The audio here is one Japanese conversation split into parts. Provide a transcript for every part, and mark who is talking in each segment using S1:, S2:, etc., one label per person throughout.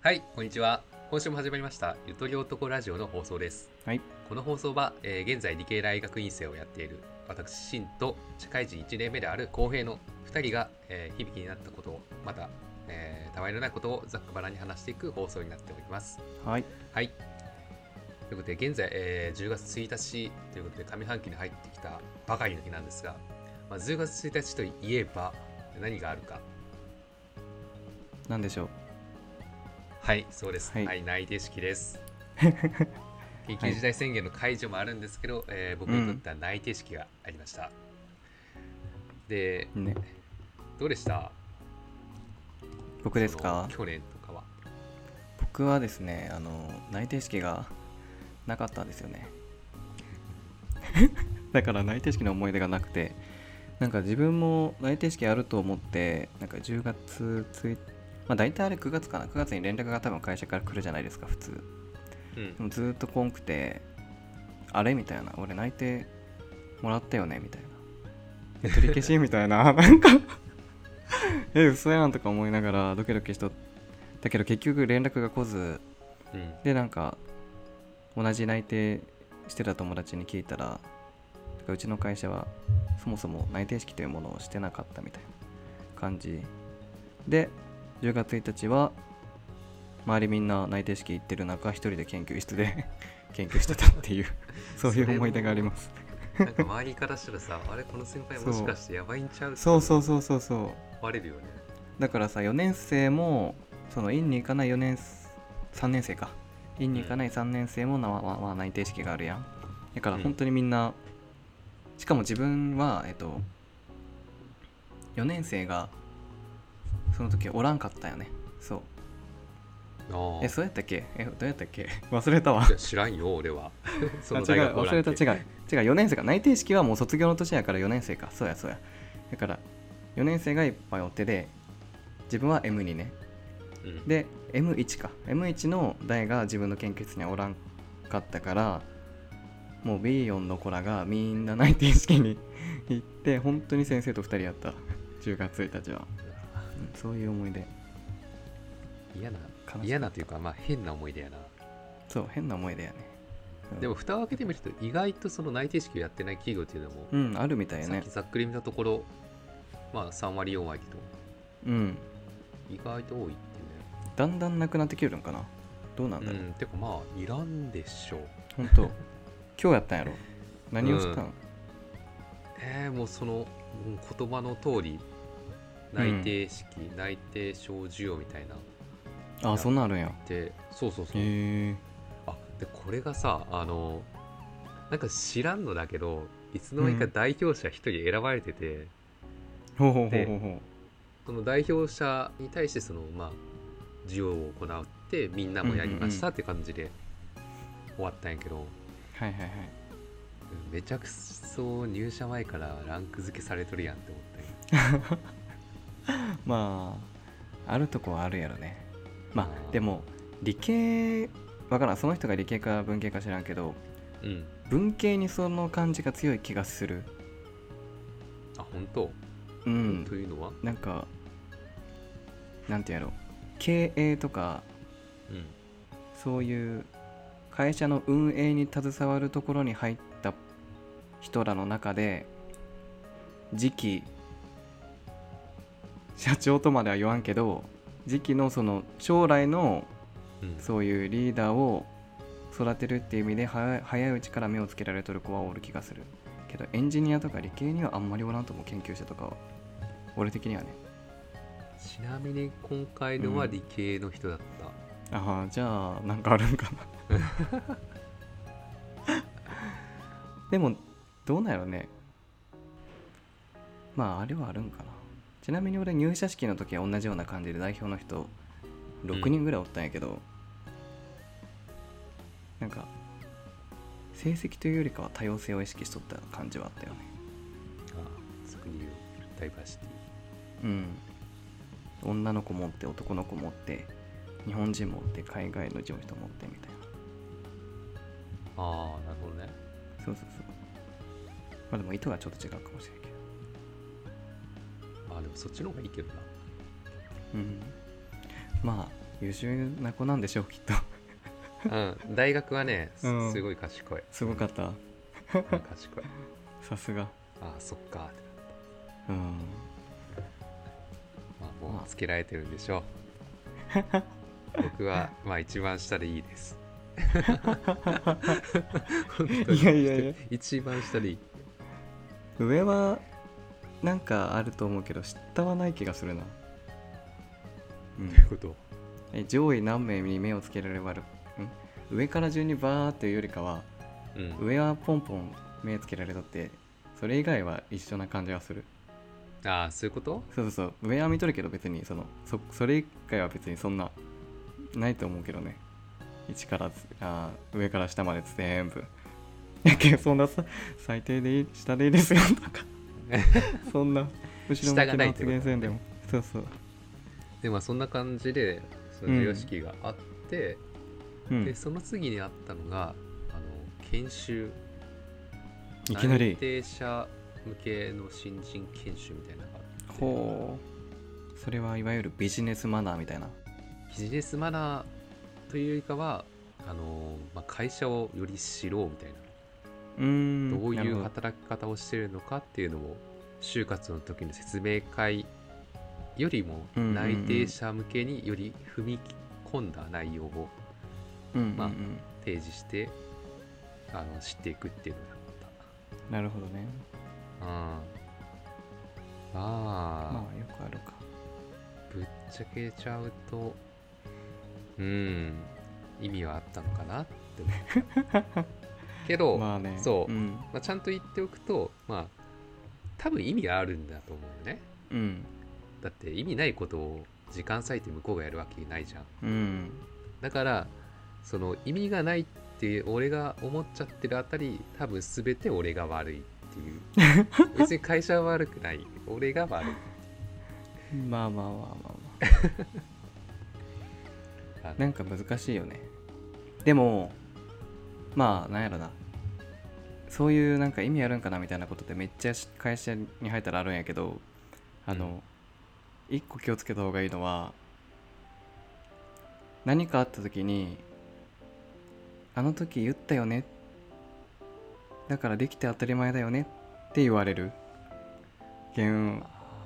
S1: はい、こんにちは。今週も始まりました、ゆとり男ラジオの放送です。
S2: はい
S1: この放送は、えー現在理系大学院生をやっている私、シンと社会人1年目である浩平の2人が、えー響きになったことを、また、えーたわいのないことをざっくばらんに話していく放送になっております。
S2: はい
S1: はい。ということで、現在、えー10月1日ということで、上半期に入ってきたばかりの日なんですが、まあ、10月1日といえば何があるか。
S2: なんでしょう
S1: はい、そうです。は、
S2: はいい
S1: 内定式 です。緊急事態宣言の解除もあるんですけど、えー僕にとっては内定式がありました。で、
S2: ね
S1: どうでした
S2: 僕ですか
S1: その去年とかは。
S2: 僕はですねあの内定式がなかったんですよ ねだから内定式の思い出がなくてなんか自分も内定式あると思ってなんか10月1日まあ大体あれ9月かな9月に連絡が多分会社から来るじゃないですか普通
S1: うん
S2: でもずーっとこんくてあれみたいな俺内定もらったよねみたい な取り消しみたい ななんかえ嘘やんとか思いながらドキドキしとったけど結局連絡が来ず
S1: うん
S2: でなんか同じ内定してた友達に聞いたらなんかうちの会社はそもそも内定式というものをしてなかったみたいな感じで10月1日は周りみんな内定式行ってる中一人で研究室で 研究してたっていうそういう思い出があります
S1: なんか周りからしたらさ、あ れ、この先輩もしかしてやばいんちゃう
S2: そう
S1: う。
S2: そうそうそうそう
S1: 思われるよね。
S2: だからさ4年生もその院に行かない4年3年生か院に行かない3年生もな、まあまあ内定式があるやんだから
S1: うん
S2: 本当にみんな、しかも自分はえっと4年生がその時おらんかったよねそう
S1: ああ。
S2: えそうやったっけえどうやったっけ 忘れたわ
S1: いや知らんよ、俺 は。そ
S2: あ違う
S1: の大学おら
S2: 忘
S1: ん
S2: れ
S1: けど
S2: た違う違う4年生か内定式はもう卒業の年やから4年生かそうやそうやだから4年生がいっぱいおってで自分は M にね
S1: うん
S2: で M1 か M1 の代が自分の研究室にはおらんかったからもう B4 の子らがみんな内定式に 行って本当に先生と2人やった10月1日は、うんそういう思い出
S1: 嫌な
S2: しかっ、た
S1: 嫌なというか、まあ変な思い出やな。
S2: そう変な思い出やねうん
S1: でも、蓋を開けてみると、意外とその内定式をやってない企業っていうのも、
S2: うんあるみたい
S1: さっ
S2: ね
S1: きざっくり見たところ、まあ3割4割と
S2: うん
S1: 意外と多いっ
S2: だんだんなくなってきてるのかなどうなん
S1: てい
S2: だ
S1: う
S2: ろう、
S1: ね。うん、てかまあいらんでしょう。
S2: 本当今日やった んやろ何をしたん、
S1: うんえー、もうそのうん言葉の通り内定式、内定証授与みたいな
S2: あそんなんあるんやへ
S1: でそうそうそう。
S2: え
S1: あでこれがさあのなんか知らんのだけどいつの間にか代表者一人選ばれてて、
S2: ほうほうほうほうほう
S1: その代表者に対してそのまあ授与を行ってみんなもやりましたって感じで終わったんやけど。
S2: はいはいはい
S1: めちゃくそ入社前からランク付けされとるやんって思ったよ
S2: まああるとこはあるやろねま
S1: うん
S2: あでも理系わからんその人が理系か文系か知らんけど
S1: うん
S2: 文系にその感じが強い気がする
S1: あ本当、
S2: う
S1: とい
S2: ん
S1: うのは
S2: なんかなんていうんやろ経営とか
S1: うん
S2: そういう会社の運営に携わるところに入った人らの中で次期社長とまでは言わんけど次期のその将来の
S1: うん
S2: そういうリーダーを育てるっていう意味で早い早いうちから目をつけられとる子はおる気がするけどエンジニアとか理系にはあんまりおらんと思う研究者とかは俺的にはね
S1: ちなみに今回のは
S2: うん
S1: 理系の人だった、
S2: ああじゃあなんかあるんかな でもどうなんやろねまああれはあるんかなちなみに俺入社式の時は同じような感じで代表の人6人ぐらいおったんやけど、なんか成績というよりかは多様性を意識しとった感じはあったよね
S1: あスクリューダイバーシテ
S2: うん女の子もおって男の子もおって日本人もおって海外の人もおってみたいな
S1: ィああなるほどね
S2: そうそうそう。まあでも意図はちょっと違うかもしれないけど。
S1: あでもそっちの方がいいけどな
S2: うん。まあ、優秀な子なんでしょうきっと
S1: うん、 大学はね、す
S2: うん
S1: すごい賢 い。
S2: すごかった
S1: うん賢い。
S2: さすが
S1: ああ、そっか。
S2: うん
S1: まあ、もうつけられてるんでし ょう。僕は、まあ、一番下でいいです。本当に
S2: いやいやいや
S1: 一番下でいい。
S2: 上はなんかあると思うけど下はない気がするな、うん
S1: ということ。
S2: え、上位何名に目をつけらればるん上から順にバーっていうよりかは
S1: うん。
S2: 上はポンポン目つけられとってそれ以外は一緒な感じはする
S1: ああ、そういうこと
S2: そうそうそう上は見とるけど別にそのそそれ以外は別にそんなないと思うけどね1からずあー上から下まで全部 やけんそんなさ最低でいい下でいいですよ と かそんな後ろ
S1: 下
S2: 向
S1: が
S2: き
S1: な
S2: の
S1: いってこと
S2: 発
S1: だね
S2: 言せんでも、そうそう、
S1: で、まあ、そんな感じで、その授業式があって、
S2: うん、
S1: で、その次にあったのが、あの、研修。
S2: いきな
S1: 内
S2: り
S1: 定者向けの新人研修みたいなのがあって
S2: ほうそれはいわゆるビジネスマナーみたいな
S1: ビジネスマナーというよりかはあのーまあ、会社をより知ろうみたいな、
S2: うーん
S1: どう
S2: ないる
S1: う
S2: ほど
S1: 働き方をしているのかっていうのを就活の時の説明会よりも
S2: うんうんうん
S1: 内定者向けにより踏み込んだ内容を
S2: うんうんうん
S1: まあ提示して、あの知っていくっていうのが
S2: なるほどね
S1: あった。うん、まあ、
S2: まあよくあるか
S1: ぶっちゃけちゃうとうん意味はあったのかなって思う けど、
S2: まあね
S1: そう
S2: うん、
S1: まあちゃんと言っておくとまあ多分意味があるんだと思うよね
S2: うん
S1: だって意味ないことを時間割いて向こうがやるわけないじゃん
S2: うん
S1: だからその意味がないって俺が思っちゃってるあたり多分全て俺が悪いって いう別に会社は悪くない俺が悪い
S2: まあまあまあまあ、ま
S1: あの
S2: あ、なんか難しいよねでもまあなんやろなそういうなんか意味あるんかなみたいなことってめっちゃし会社に入ったらあるんやけどあの、一個気をつけた方がいいのは何かあった時に「あの時言ったよね」だからできて当たり前だよねって言われるけん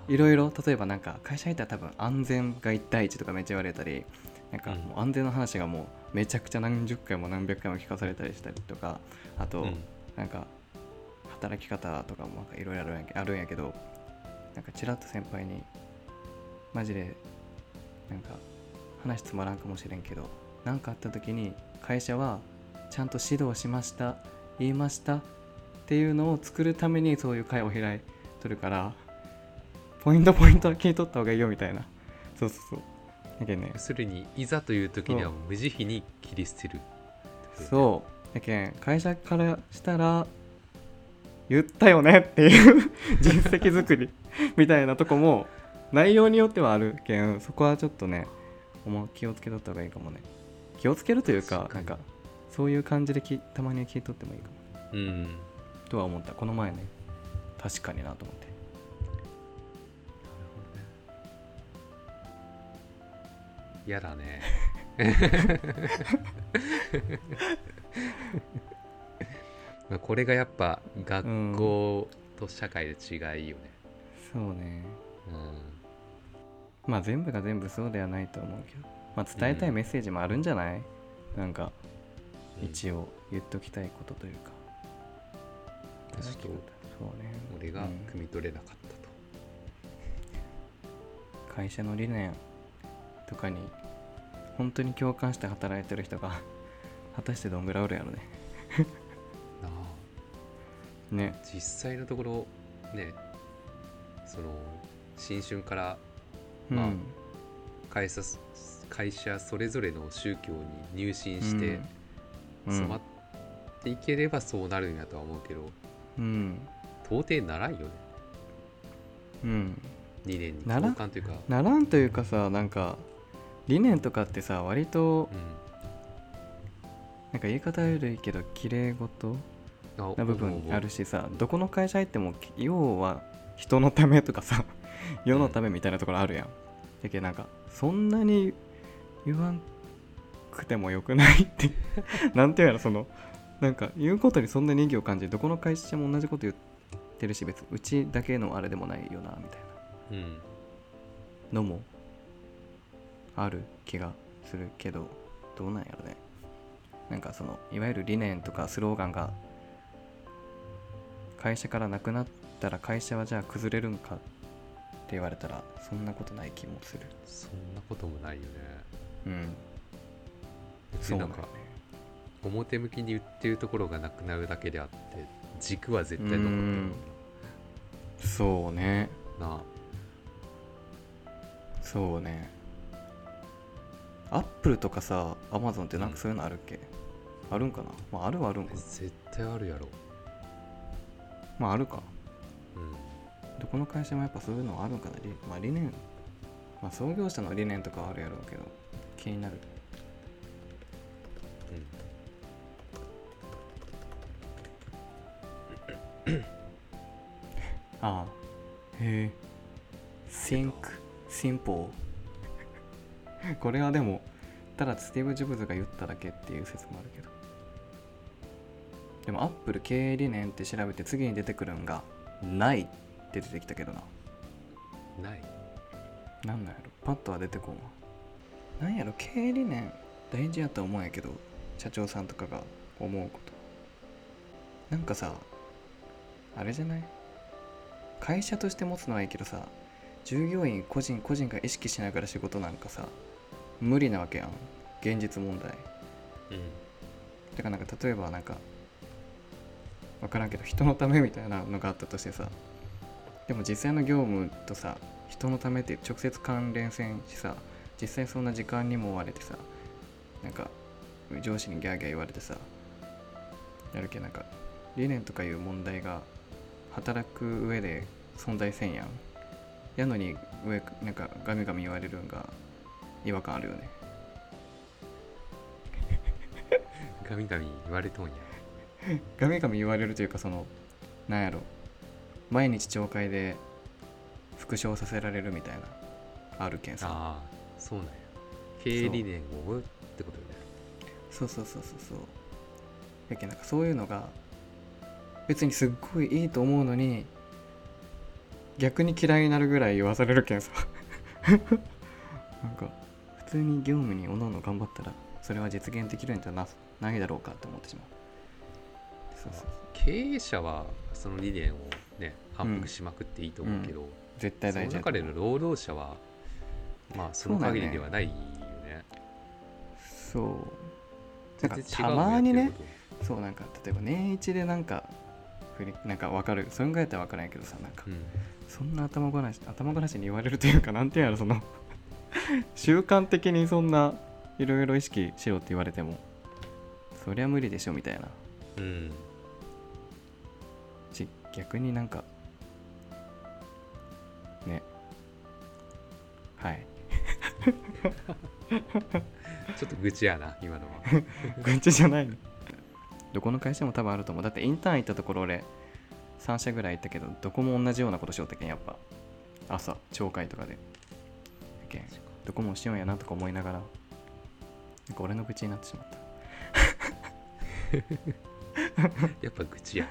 S2: いろいろ例えばなんか会社入ったら多分安全が一対一とかめっちゃ言われたりなんか
S1: うん
S2: もう安全の話がもうめちゃくちゃ何十回も何百回も聞かされたりしたりとかあと、
S1: うん
S2: なんか働き方とかもなんかいろいろあるんやけあるんやけどなんかちらっと先輩にマジでなんか話つまらんかもしれんけど何かあった時に会社はちゃんと指導しました言いましたっていうのを作るためにそういう会を開いとるからポイントポイント聞いとった方がいいよみたいなそうそうそうだけどね
S1: 要するにいざという時には無慈悲に切り捨てる
S2: そうだけん会社からしたら言ったよねっていう 実績作りみたいなとこも内容によってはあるけんそこはちょっとねお前気をつけとった方がいいかもね気をつけるというか
S1: 確か
S2: なん
S1: に
S2: かそういう感じできたまに聞いとってもいいかも
S1: うん
S2: とは思ったこの前ね確かになと思って
S1: 嫌だね まあこれがやっぱ学校と社会で違いよね、
S2: そうね
S1: うん
S2: まあ全部が全部そうではないと思うけど、まあ、伝えたいメッセージもあるんじゃない、なんか一応言っときたいことというか、
S1: 確かに
S2: そうね
S1: 俺が
S2: うん
S1: 汲み取れなかったと、
S2: 会社の理念とかに本当に共感して働いてる人が 果たしてどんぐらいおるやろね
S1: な
S2: ね
S1: あ実際のところねその新春から
S2: うん、
S1: まあ会社会社それぞれの宗教に入信して、
S2: うん
S1: 染まっていければそうなるんやとは思うけど
S2: うん、
S1: 到底ならんよね
S2: うん、
S1: 2年に
S2: ならん
S1: 交換というか
S2: ならんというかさなんか理念とかってさ割と
S1: うん
S2: なんか言い方悪いけど綺麗事
S1: あ
S2: な部分
S1: 思う
S2: あるしさどこの会社入っても要は人の ためとかさ世のためみたいなところあるやん、だけどなんかそんなに言わんくてもよくないって なんていうのそのなんか言うことにそんなに意義を感じるどこの会社も同じこと言ってるし別にうちだけのあれでもないよなみたい
S1: うん
S2: なのもある気がするけどどうなんやろねなんかそのいわゆる理念とかスローガンが会社からなくなったら会社はじゃあ崩れるんかって言われたらそんなことない気もする
S1: そんなこともないよね
S2: うん
S1: 別
S2: そう
S1: に
S2: な
S1: なんん
S2: だよ
S1: か
S2: ね
S1: 表向きに言ってるところがなくなるだけであって軸は絶対残ってるもん
S2: そうね
S1: ななあ
S2: そうねアップルとかさアマゾンってなんかそういうのあるっけ、あるんかなまああるはあるんかな
S1: 絶対あるやろ
S2: まああるか
S1: うん
S2: どこの会社もやっぱそういうのはあるんかな、りまあ、理念まあ創業者の理念とかはあるやろうけど気になるああへえ Think Simple これはでもただスティーブ・ジョブズが言っただけっていう説もあるけどでもアップル経営理念って調べて次に出てくるんがないって出てきたけどな
S1: うんない
S2: なんなんやろパッとは出てこんわなんやろ経営理念大事やと思うんやけど社長さんとかが思うことなんかさあれじゃない会社として持つのはいいけどさ従業員個人個人が意識しながら仕事なんかさ無理なわけやん現実問題
S1: うん
S2: だからなんか例えばなんか分からんけど人のためみたいなのがあったとしてさでも実際の業務とさ人のためって直接関連せんしさ実際そんな時間にも追われてさなんか上司にギャーギャー言われてさやるけなんか理念とかいう問題が働く上で存在せんやんやのに上なんかガミガミ言われるんが違和感あるよね
S1: ガミガミ言われとんや
S2: ガミガミ言われるというかそのなんやろ毎日懲戒で復唱させられるみたいなあるけんさ
S1: ああそうなんや経営理念を追うってことよね
S2: そうそうそうそうそうやけんなんかそういうのが別にすっごいいいと思うのに逆に嫌いになるぐらい言わされるけんさ なんか普通に業務におのの頑張ったらそれは実現できるんじゃなないだろうかって思ってしまうそうそうそう
S1: 経営者はその理念をね反復しまくっていいと思うけど、
S2: 絶対
S1: そ
S2: 大
S1: の
S2: 事やと
S1: 中
S2: 思
S1: で
S2: う
S1: の労働者はまあその限りではないよね
S2: そう
S1: 全
S2: なん
S1: 然
S2: か
S1: 違う
S2: たまにね
S1: やってる
S2: そうなんか例えば年一でなんかふりなんかわかるそんぐらいやったらわからんけどさなんか、
S1: ことうん
S2: そんな頭ごなし頭ごなしに言われるというかなんていうんやろその 習慣的にそんないろいろ意識しろって言われてもそりゃ無理でしょみたいな
S1: うん
S2: ち逆になんかねはい
S1: ちょっと愚痴やな今のは
S2: 愚痴じゃないのどこの会社も多分あると思うだってインターン行ったところ俺3社ぐらい行ったけどどこも同じようなことしようってけんやっぱ朝懲戒とかでけんどこもしようやなとか思いながらなんか俺の愚痴になってしまった
S1: やっぱ愚痴や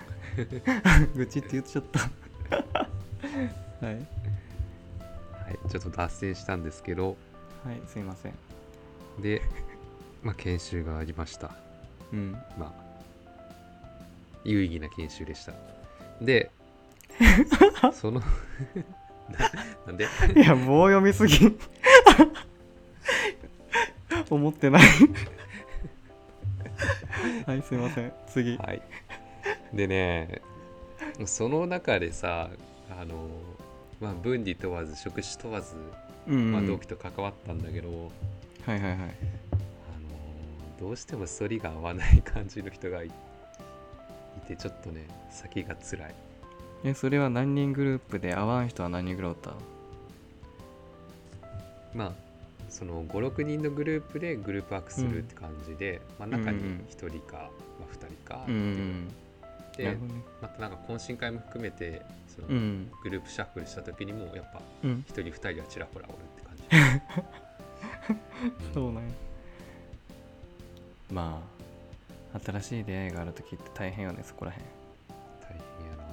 S2: 愚痴って言っちゃったはい
S1: はいちょっと脱線したんですけど
S2: はいすいません
S1: でまあ研修がありました
S2: うん
S1: まあ有意義な研修でしたで その ななんで
S2: いや棒読みすぎ 思って ないはいすいません次
S1: はい、でねその中でさあの、まあ、分離問わず職種問わず、
S2: うんうん
S1: まあ、同期と関わったんだけど、あ
S2: はいはいはい
S1: のどうしても反りが合わない感じの人がいいてちょっとね先が辛い
S2: えそれは何人グループで会わん人は何人ぐらいおった
S1: まあその56人のグループでグループワークするって感じで、まあ、中に1人か、まあ、2人かって
S2: うんう
S1: いうん
S2: うんな
S1: で
S2: るほどね
S1: またなんか懇親会も含めてその
S2: うん
S1: グループシャッフルした時にもやっぱ
S2: うん
S1: 一人二人はちらほらおるって感じ
S2: そうなんやまあ新しい出会いがある時って大変よねそこらへん
S1: 大変やなや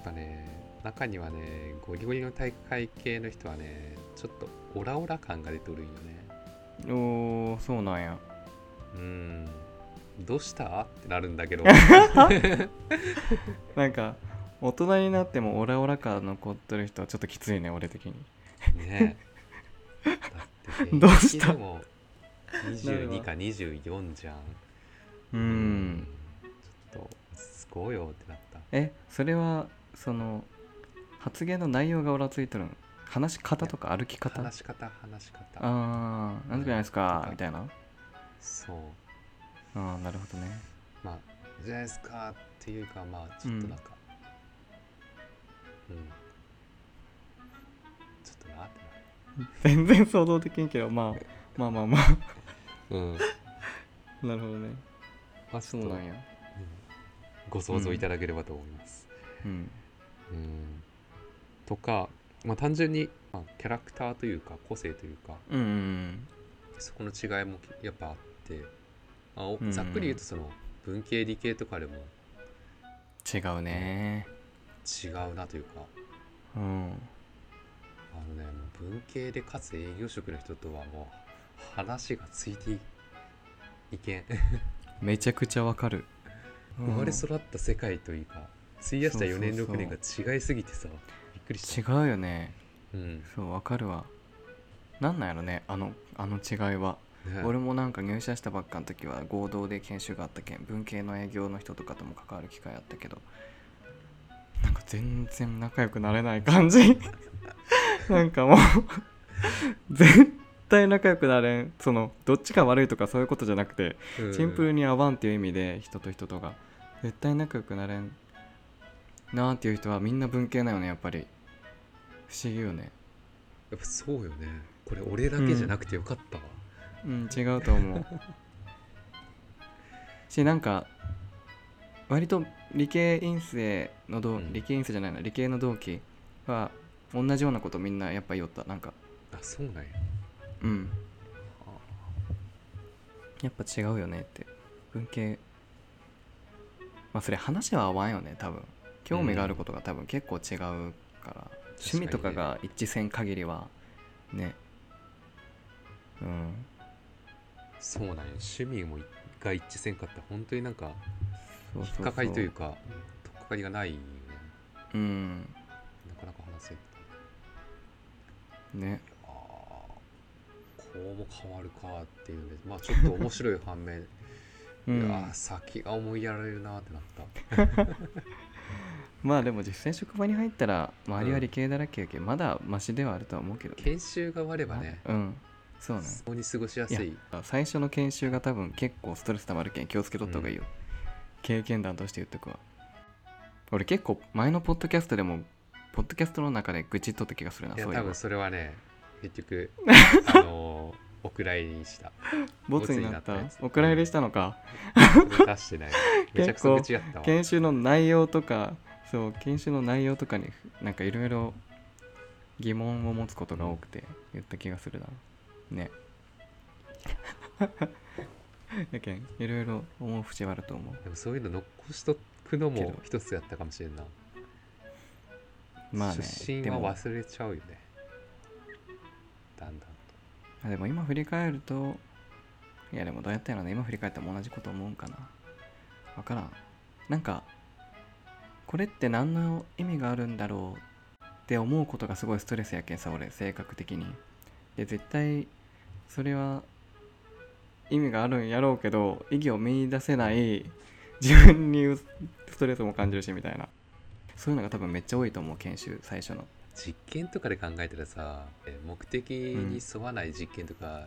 S1: っぱね中にはねゴリゴリの体育会系の人はねちょっとオラオラ感が出てるんよね
S2: おーそうなんや
S1: うんどうしたってなるんだけ ど
S2: なんか大人になってもオラオラ感残ってる人はちょっときついね俺的に
S1: ねだって
S2: どうした
S1: 平均でも22か24じゃん
S2: うん
S1: ちょっと落ち着こうよってなった
S2: えそれはその発言の内容がオラついてるん話し方とか歩き方あ
S1: 話し方話し方
S2: あーなんじゃないですかみたいな
S1: そう
S2: あーなるほどね
S1: まあじゃないですかっていうかまあちょっとなんかうん、ちょっとなってなる
S2: 全然想像できんけど、まあ、まあまあま
S1: うん
S2: あなるほどね
S1: まあち
S2: そ
S1: ょっ
S2: う
S1: と
S2: なんや
S1: うんご想像いただければと思います、
S2: うん
S1: うんとか、まあ、単純に、まあ、キャラクターというか個性というか
S2: うんうん
S1: そこの違いもやっぱあって、まあお
S2: んうん
S1: ざっくり言うとその文系理系とかでも
S2: 違うね
S1: 違うなというか
S2: うん
S1: あのねもう文系でかつ営業職の人とはもう話がついていけん
S2: めちゃくちゃわかる
S1: 生まれ
S2: うん
S1: 育った世界というか費やした4年
S2: そうそう
S1: 6
S2: そう
S1: 年が違いすぎてさびっくりし
S2: 違
S1: た、
S2: うよね
S1: うん
S2: そうわかるわなんなんやろねあのあの違いは
S1: ね
S2: 俺もなんか入社したばっかの時は合同で研修があったけん文系の営業の人とかとも関わる機会あったけどなんか全然仲良くなれない 感じなんかもう絶対仲良くなれんそのどっちが悪いとかそういうことじゃなくて
S1: うん
S2: シンプルに合わんっていう意味で人と人とが絶対仲良くなれんなーっていう人はみんな文系なよねやっぱり不思議よね
S1: やっぱそうよねこれ俺だけじゃなくてよかったわ、
S2: うん違うと 思うしなんか割と理系院生の同、
S1: うん
S2: 理系院生じゃないな理系の同期は同じようなことみんなやっぱ言おったなんか
S1: あそうなんや
S2: うん
S1: あ
S2: やっぱ違うよねって文系まあそれ話は合わんよね多分興味があることが多分結構違うから、趣味とかが一致せん限りはねうん
S1: そうなんや趣味もが一致せんかったら本当になんか
S2: そう
S1: 引
S2: そうそ
S1: っかかりというか取っかかりがないよね
S2: うん
S1: なかなか話せん
S2: ね
S1: あーこうも変わるかっていうのでまあちょっと面白い反面、
S2: うん
S1: いやー先が思いやられるなってなった
S2: まあでも実際職場に入ったら周りは理系だらけやけ、まだマシではあるとは思うけど
S1: 研修が終わればね
S2: うんそうね
S1: そこに過ごしやすい
S2: い最初の研修が多分結構ストレス溜まるけん気をつけとった方がいいよ、経験談として言っとくわ俺結構前のポッドキャストでもポッドキャストの中で愚痴っとった気がするない
S1: や
S2: そうい
S1: 多
S2: う
S1: 分それはね結 局あのーお蔵入りにした
S2: ボツ
S1: ボツ
S2: になっ
S1: に
S2: た
S1: なったやつ
S2: お蔵入りしたのか、
S1: それ出して ないめちゃく
S2: 結
S1: ちゃ
S2: 構
S1: 愚痴やったわ
S2: 研修の内容とかそう研修の内容とかになんかいろいろ疑問を持つことが多くて言った気がするなね やけんいろいろ思う節はあると思う
S1: でもそういうの残しとくの
S2: け
S1: も
S2: ど
S1: 一つやったかもしれんな、
S2: まあね
S1: 出身
S2: で
S1: は
S2: も
S1: 忘れちゃうよねだんだん
S2: あでも今振り返るといやでもどうやったんやろね今振り返っても同じこと思うんかな分からんなんかこれって何の意味があるんだろうって思うことがすごいストレスやけんさ俺性格的にで絶対それは意味があるんやろうけど意義を見出せない自分にうストレスも感じるしみたいなそういうのが多分めっちゃ多いと思う研修最初の
S1: 実験とかで考えたらさえ目的に沿わない実験とか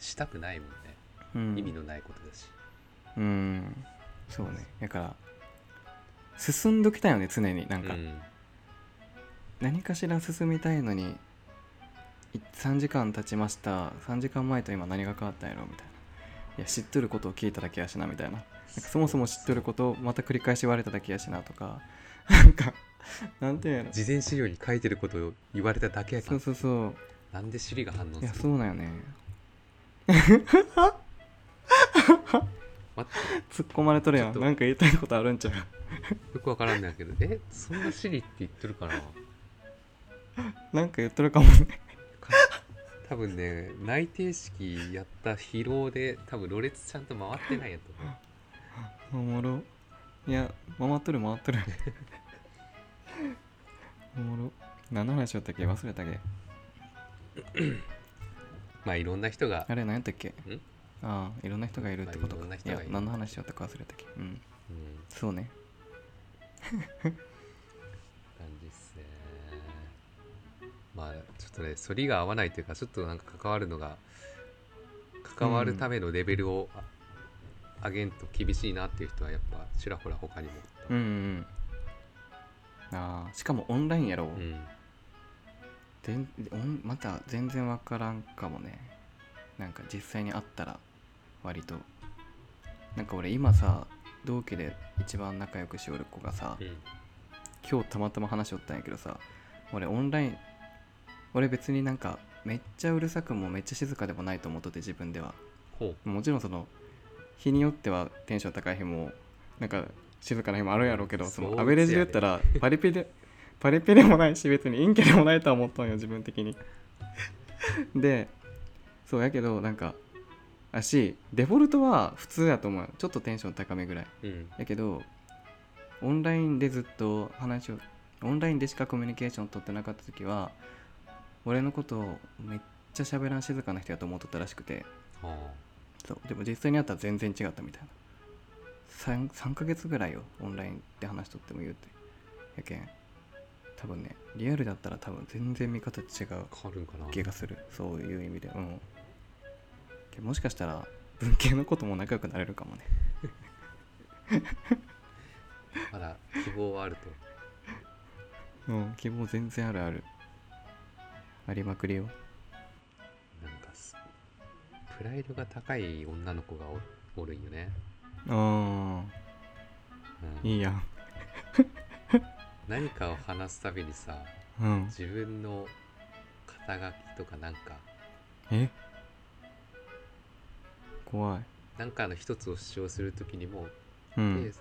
S1: したくないもんね、
S2: うん
S1: 意味のないことだし
S2: うんそうねだから進んどきたいよね常になんか、
S1: うん
S2: 何かしら進みたいのにい3時間経ちました3時間前と今何が変わったんやろみたいないや知っとることを聞いただけやしなみたいななんかそもそも知っとることをまた繰り返し言われただけやしなとかなんかなんていうんやろ
S1: 事前資料に書いてることを言われただけやか
S2: そう
S1: ら
S2: そうそ
S1: なんで尻が反応
S2: ういや
S1: す
S2: そ
S1: る
S2: うなんよね
S1: 待って
S2: 突っ込まれとる
S1: ちょ
S2: や
S1: っ
S2: ん
S1: と
S2: なんか言いたいことあるんちゃう
S1: よくわからんんだけどえそんなシリって言ってるかな
S2: なんか言っとるかもね
S1: か 多分ね内定式やった疲労で多分ろれつちゃんと回ってないやと思う
S2: おもろいや回っとる回っ とるおもろ何の話しよったっけ忘れたっけ
S1: まあいろんな人が
S2: あれ何やったっけ
S1: ん
S2: ああいろんな人がいるってこと
S1: まあいろ
S2: か
S1: んない人がい
S2: や
S1: る
S2: 何の話しよったか忘れたっけう
S1: う
S2: ん
S1: ん
S2: そうね
S1: 感じっすねまあちょっとね反りが合わないというかちょっとなんか関わるのが関わるためのレベルをあ上げんと厳しいなっていう人はやっぱちらほら他にも、
S2: うんうんああしかもオンラインやろ、
S1: うん、
S2: でんオンまた全然わからんかもねなんか実際に会ったら割となんか俺今さ同期で一番仲良くしおる子がさ
S1: うん、
S2: 今日たまたま話しおったんやけどさ俺オンライン俺別になんかめっちゃうるさくもめっちゃ静かでもないと思っとって自分では
S1: ほ
S2: もちろんその日によってはテンション高い日もなんか静かな日もあるやろうけど
S1: そ
S2: そ
S1: うですよ
S2: の
S1: ね
S2: アベレージで言ったらパリピでパリピでもないし別に陰キャでもないとは思ったんよ自分的にでそうやけどなんかあしデフォルトは普通やと思うよちょっとテンション高めぐらいう
S1: うん
S2: やけどオンラインでずっと話をオンラインでしかコミュニケーション取ってなかった時は俺のことをめっちゃ喋らん静かな人やと思っとったらしくて
S1: は
S2: そうでも実際に会ったら全然違ったみたいな 3, 3ヶ月ぐらいをオンラインで話しとっても言うてやけん多分ねリアルだったら多分全然見方違う
S1: あ変わるんかな
S2: 気がするそういう意味でうんけもしかしたら文系のことも仲良くなれるかもね
S1: まだ希望はあると
S2: うん希望全然あるあるありまくりよ
S1: なんかすプライドが高い女の子がおおるんよね、
S2: あ
S1: うん、
S2: ーいいやん
S1: 何かを話すたびにさ
S2: うん
S1: 自分の肩書きとかなんか
S2: え怖い
S1: なんかの一つを主張するときにも、
S2: うん
S1: で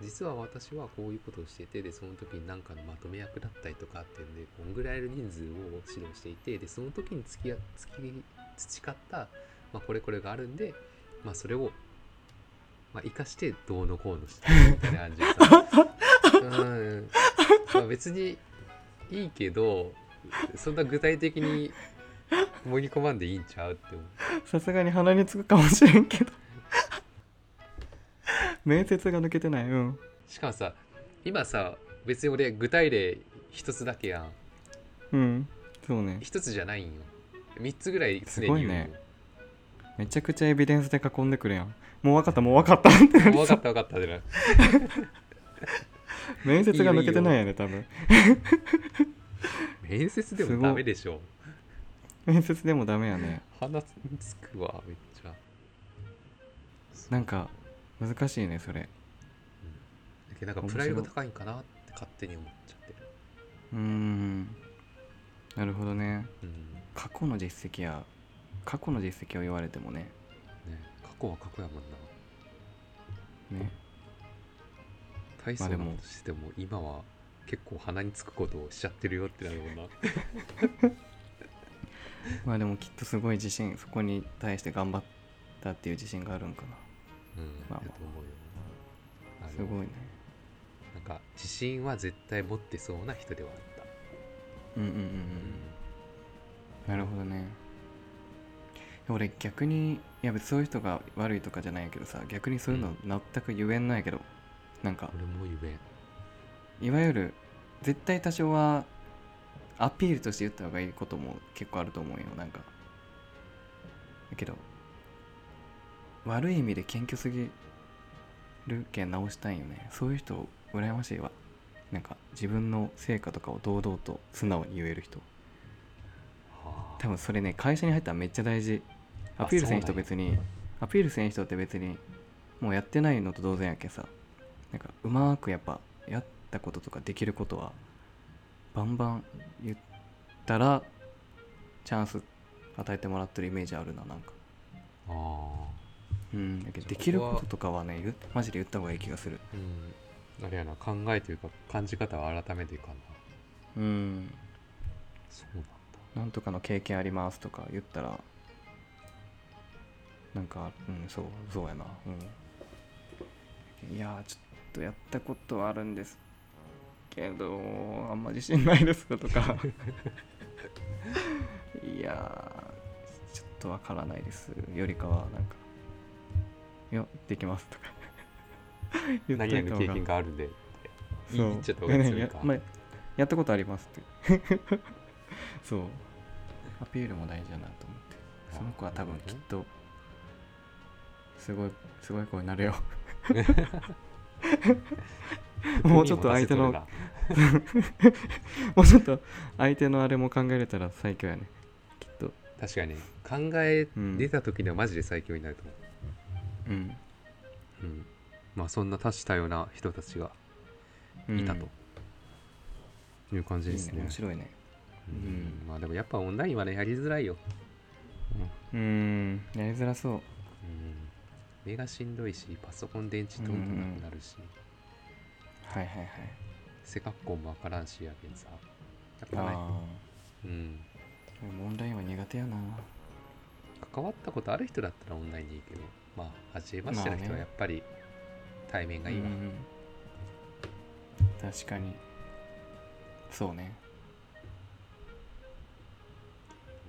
S1: 実は私はこういうことをしていてでその時に何かのまとめ役だったりとかっていうんでこんぐらいの人数を指導していてでその時に付き合付き培った、まあ、これこれがあるんで、まあ、それを、まあ、生かしてどうのこうのしてるみたいな感じでさうん、まあ、別にいいけどそんな具体的に盛り込まんでいいんちゃうって思う。
S2: さすがに鼻につくかもしれんけど 面接が抜けてないうん
S1: しかもさ今さ別に俺具体例一つだけやん
S2: うんそうね
S1: 一つじゃないんよ三つぐらい常に言う
S2: すごい
S1: よ、
S2: ねめちゃくちゃエビデンスで囲んでくるやんもう分かったもう分かったって
S1: あ分かった分かったじゃない
S2: 面接が抜けてないよね多分
S1: 面接でもダメでしょ
S2: 面接でもダメやね
S1: 鼻つくわめっちゃ
S2: なんか難しいねそれ
S1: だけどなんかプライドが高いんかなって勝手に思っちゃってる、
S2: うーんなるほどね
S1: うん
S2: 過去の実績や過去の実績を言われてもね
S1: ね、過去は過去やもんな
S2: ね
S1: 大層
S2: まあで
S1: なこ
S2: も
S1: としても今は結構鼻につくことをしちゃってるよってなるもんな
S2: まあでもきっとすごい自信そこに対して頑張ったっていう自信があるんかな
S1: うん、
S2: まあまあ
S1: だと思うよあの
S2: すごいね
S1: なんか自信は絶対持ってそうな人ではあった
S2: うんうんうんうんなるほどね俺逆にいや別にそういう人が悪いとかじゃないけどさ逆にそういうの全く言えんないけど、なんか
S1: 俺も言えん
S2: いわゆる絶対多少はアピールとして言った方がいいことも結構あると思うよなんかだけど悪い意味で謙虚すぎるけん直したいよねそういう人羨ましいわなんか自分の成果とかを堂々と素直に言える人
S1: は
S2: 多分それね会社に入ったらめっちゃ大事アピールせん人別にアピールせん人って別にもうやってないのと同然やけさなんかうまーくやっぱやったこととかできることはバンバン言ったらチャンス与えてもらってるイメージあるななんか
S1: ああ
S2: うん、だけど
S1: で
S2: できることとかはね言うマジで言った方がいい気がする
S1: うんあれやな考えというか感じ方は改めてかな
S2: うん
S1: そうなんだ
S2: なんとかの経験ありますとか言ったらなんかうんそうそうやなうんいやーちょっとやったことはあるんですけどあんま自信ないですとか いやーちょっとわからないですよりかはなんか「いやできます」とか 言っと
S1: 何
S2: いた
S1: 々の経験があるんで
S2: そう
S1: 言っちゃった方が強いか
S2: や まあやったことありますって そうアピールも大事だなと思ってその子は多分きっとすごいすごい子にな るよ もうちょっと相手の
S1: あ
S2: もうちょっと相手のあれも考えれたら最強やねきっと
S1: 確かに考え出た時にはマジで最強になると思う、
S2: うん、
S1: うんまあそんな多種多様な人たちが
S2: うん、
S1: いたと、いう感じ
S2: いい
S1: で
S2: ね
S1: すね
S2: 面白いね
S1: うん
S2: うん
S1: まあでもやっぱオンラインはねやりづらいよ、うん
S2: うんやりづらそう
S1: うん、目がしんどいしパソコン電池どんどんなくなるし、
S2: はいはいはい
S1: 背格好もわからんしやけんさやっぱね、
S2: あ
S1: うん、
S2: あ俺もオンラインは苦手やな
S1: 関わったことある人だったらオンラインでいいけどまあ初めましての人
S2: まあ
S1: は
S2: ね
S1: やっぱり対面がいいわ、
S2: うんうん確かにそうね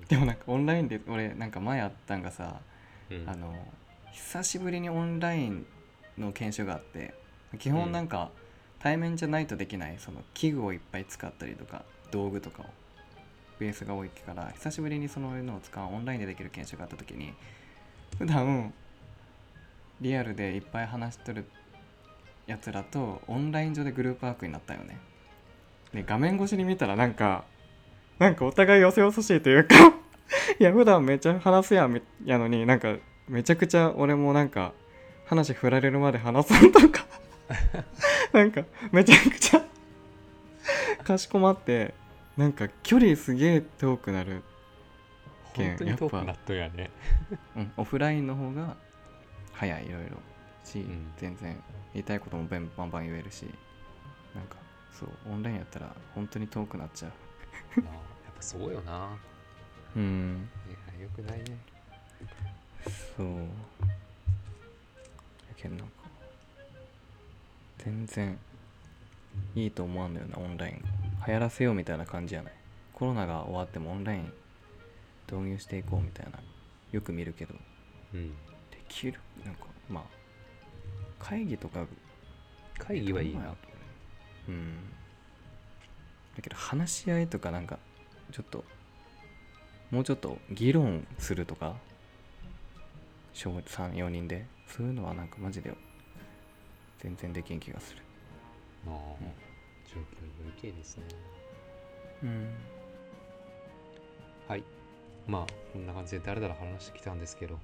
S2: でもなんかオンラインで俺なんか前あったんがさ、
S1: うん
S2: あの久しぶりにオンラインの研修があって基本なんか対面じゃないとできないその器具をいっぱい使ったりとか道具とかをベースが多いから久しぶりにそのいうのを使うオンラインでできる研修があった時に普段リアルでいっぱい話しとるやつらとオンライン上でグループワークになったよねで画面越しに見たらなんかなんかお互いよそよそしいというかいや普段めっちゃ話すやんみやのになんかめちゃくちゃ俺もなんか話振られるまで話すんと かなんかめちゃくちゃ かしこまってなんか距離すげえ遠くなる、
S1: 本当に遠くなっとんやね
S2: うん、オフラインの方が早いいろいろし、
S1: ん
S2: 全然言いたいこともバンバンバン言えるしなんかそうオンラインやったら本当に遠くなっちゃう
S1: な あやっぱそうよな
S2: うん
S1: いやよくないね
S2: そうやけんなんか全然いいと思わんのよなオンラインが流行らせようみたいな感じやないコロナが終わってもオンライン導入していこうみたいなよく見るけどで
S1: うん
S2: きるなんかまあ会議とか
S1: 会議はいいな、
S2: うんだけど話し合いとかなんかちょっともうちょっと議論するとか34人でそういうのはなんかマジで全然できん気がする
S1: ああ状況によりけりですね
S2: うん
S1: はいまあこんな感じでだらだら話してきたんですけど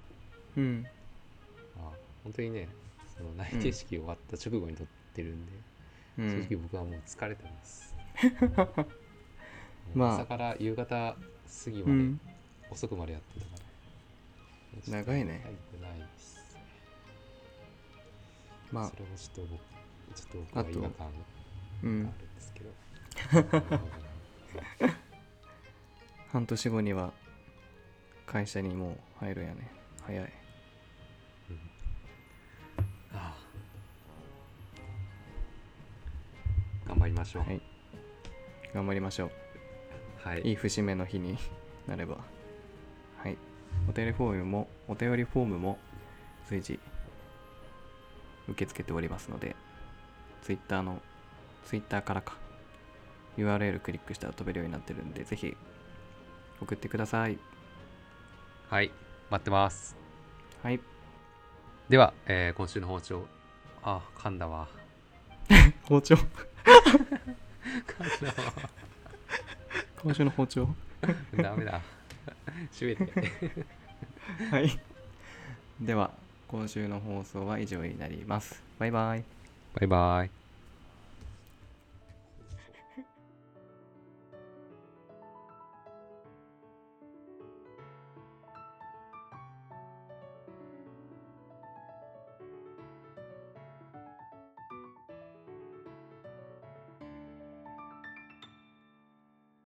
S2: うん
S1: まあ本当にねその内定式終わった直後に撮ってるんで、正直僕はもう疲れて ます、
S2: まあ
S1: 朝から夕方過ぎまで、
S2: うん
S1: 遅くまでやってたからもうちょっと
S2: 長いね
S1: 入ってないです
S2: まあ
S1: それもちょっと僕ちょっと僕は違和感があ
S2: う
S1: るん
S2: ん
S1: ですけど、
S2: 半年後には会社にもう入るんやね早い
S1: ああ頑張りましょう
S2: はい頑張りましょう
S1: はい、
S2: いい節目の日に なれば。はい。お便りフォームも、お便りフォームも随時受け付けておりますので、Twitter の、Twitter からか、URL クリックしたら飛べるようになってるんで、ぜひ送ってください。
S1: はい、待ってます
S2: はい。
S1: では、えー今週の包丁ああ噛んだわ
S2: 包丁。
S1: 噛んだわ
S2: 今週の包丁。
S1: ダメだ。 閉 めて。
S2: はい。では、今週の放送は以上になります。バイバイ。
S1: バイバイ。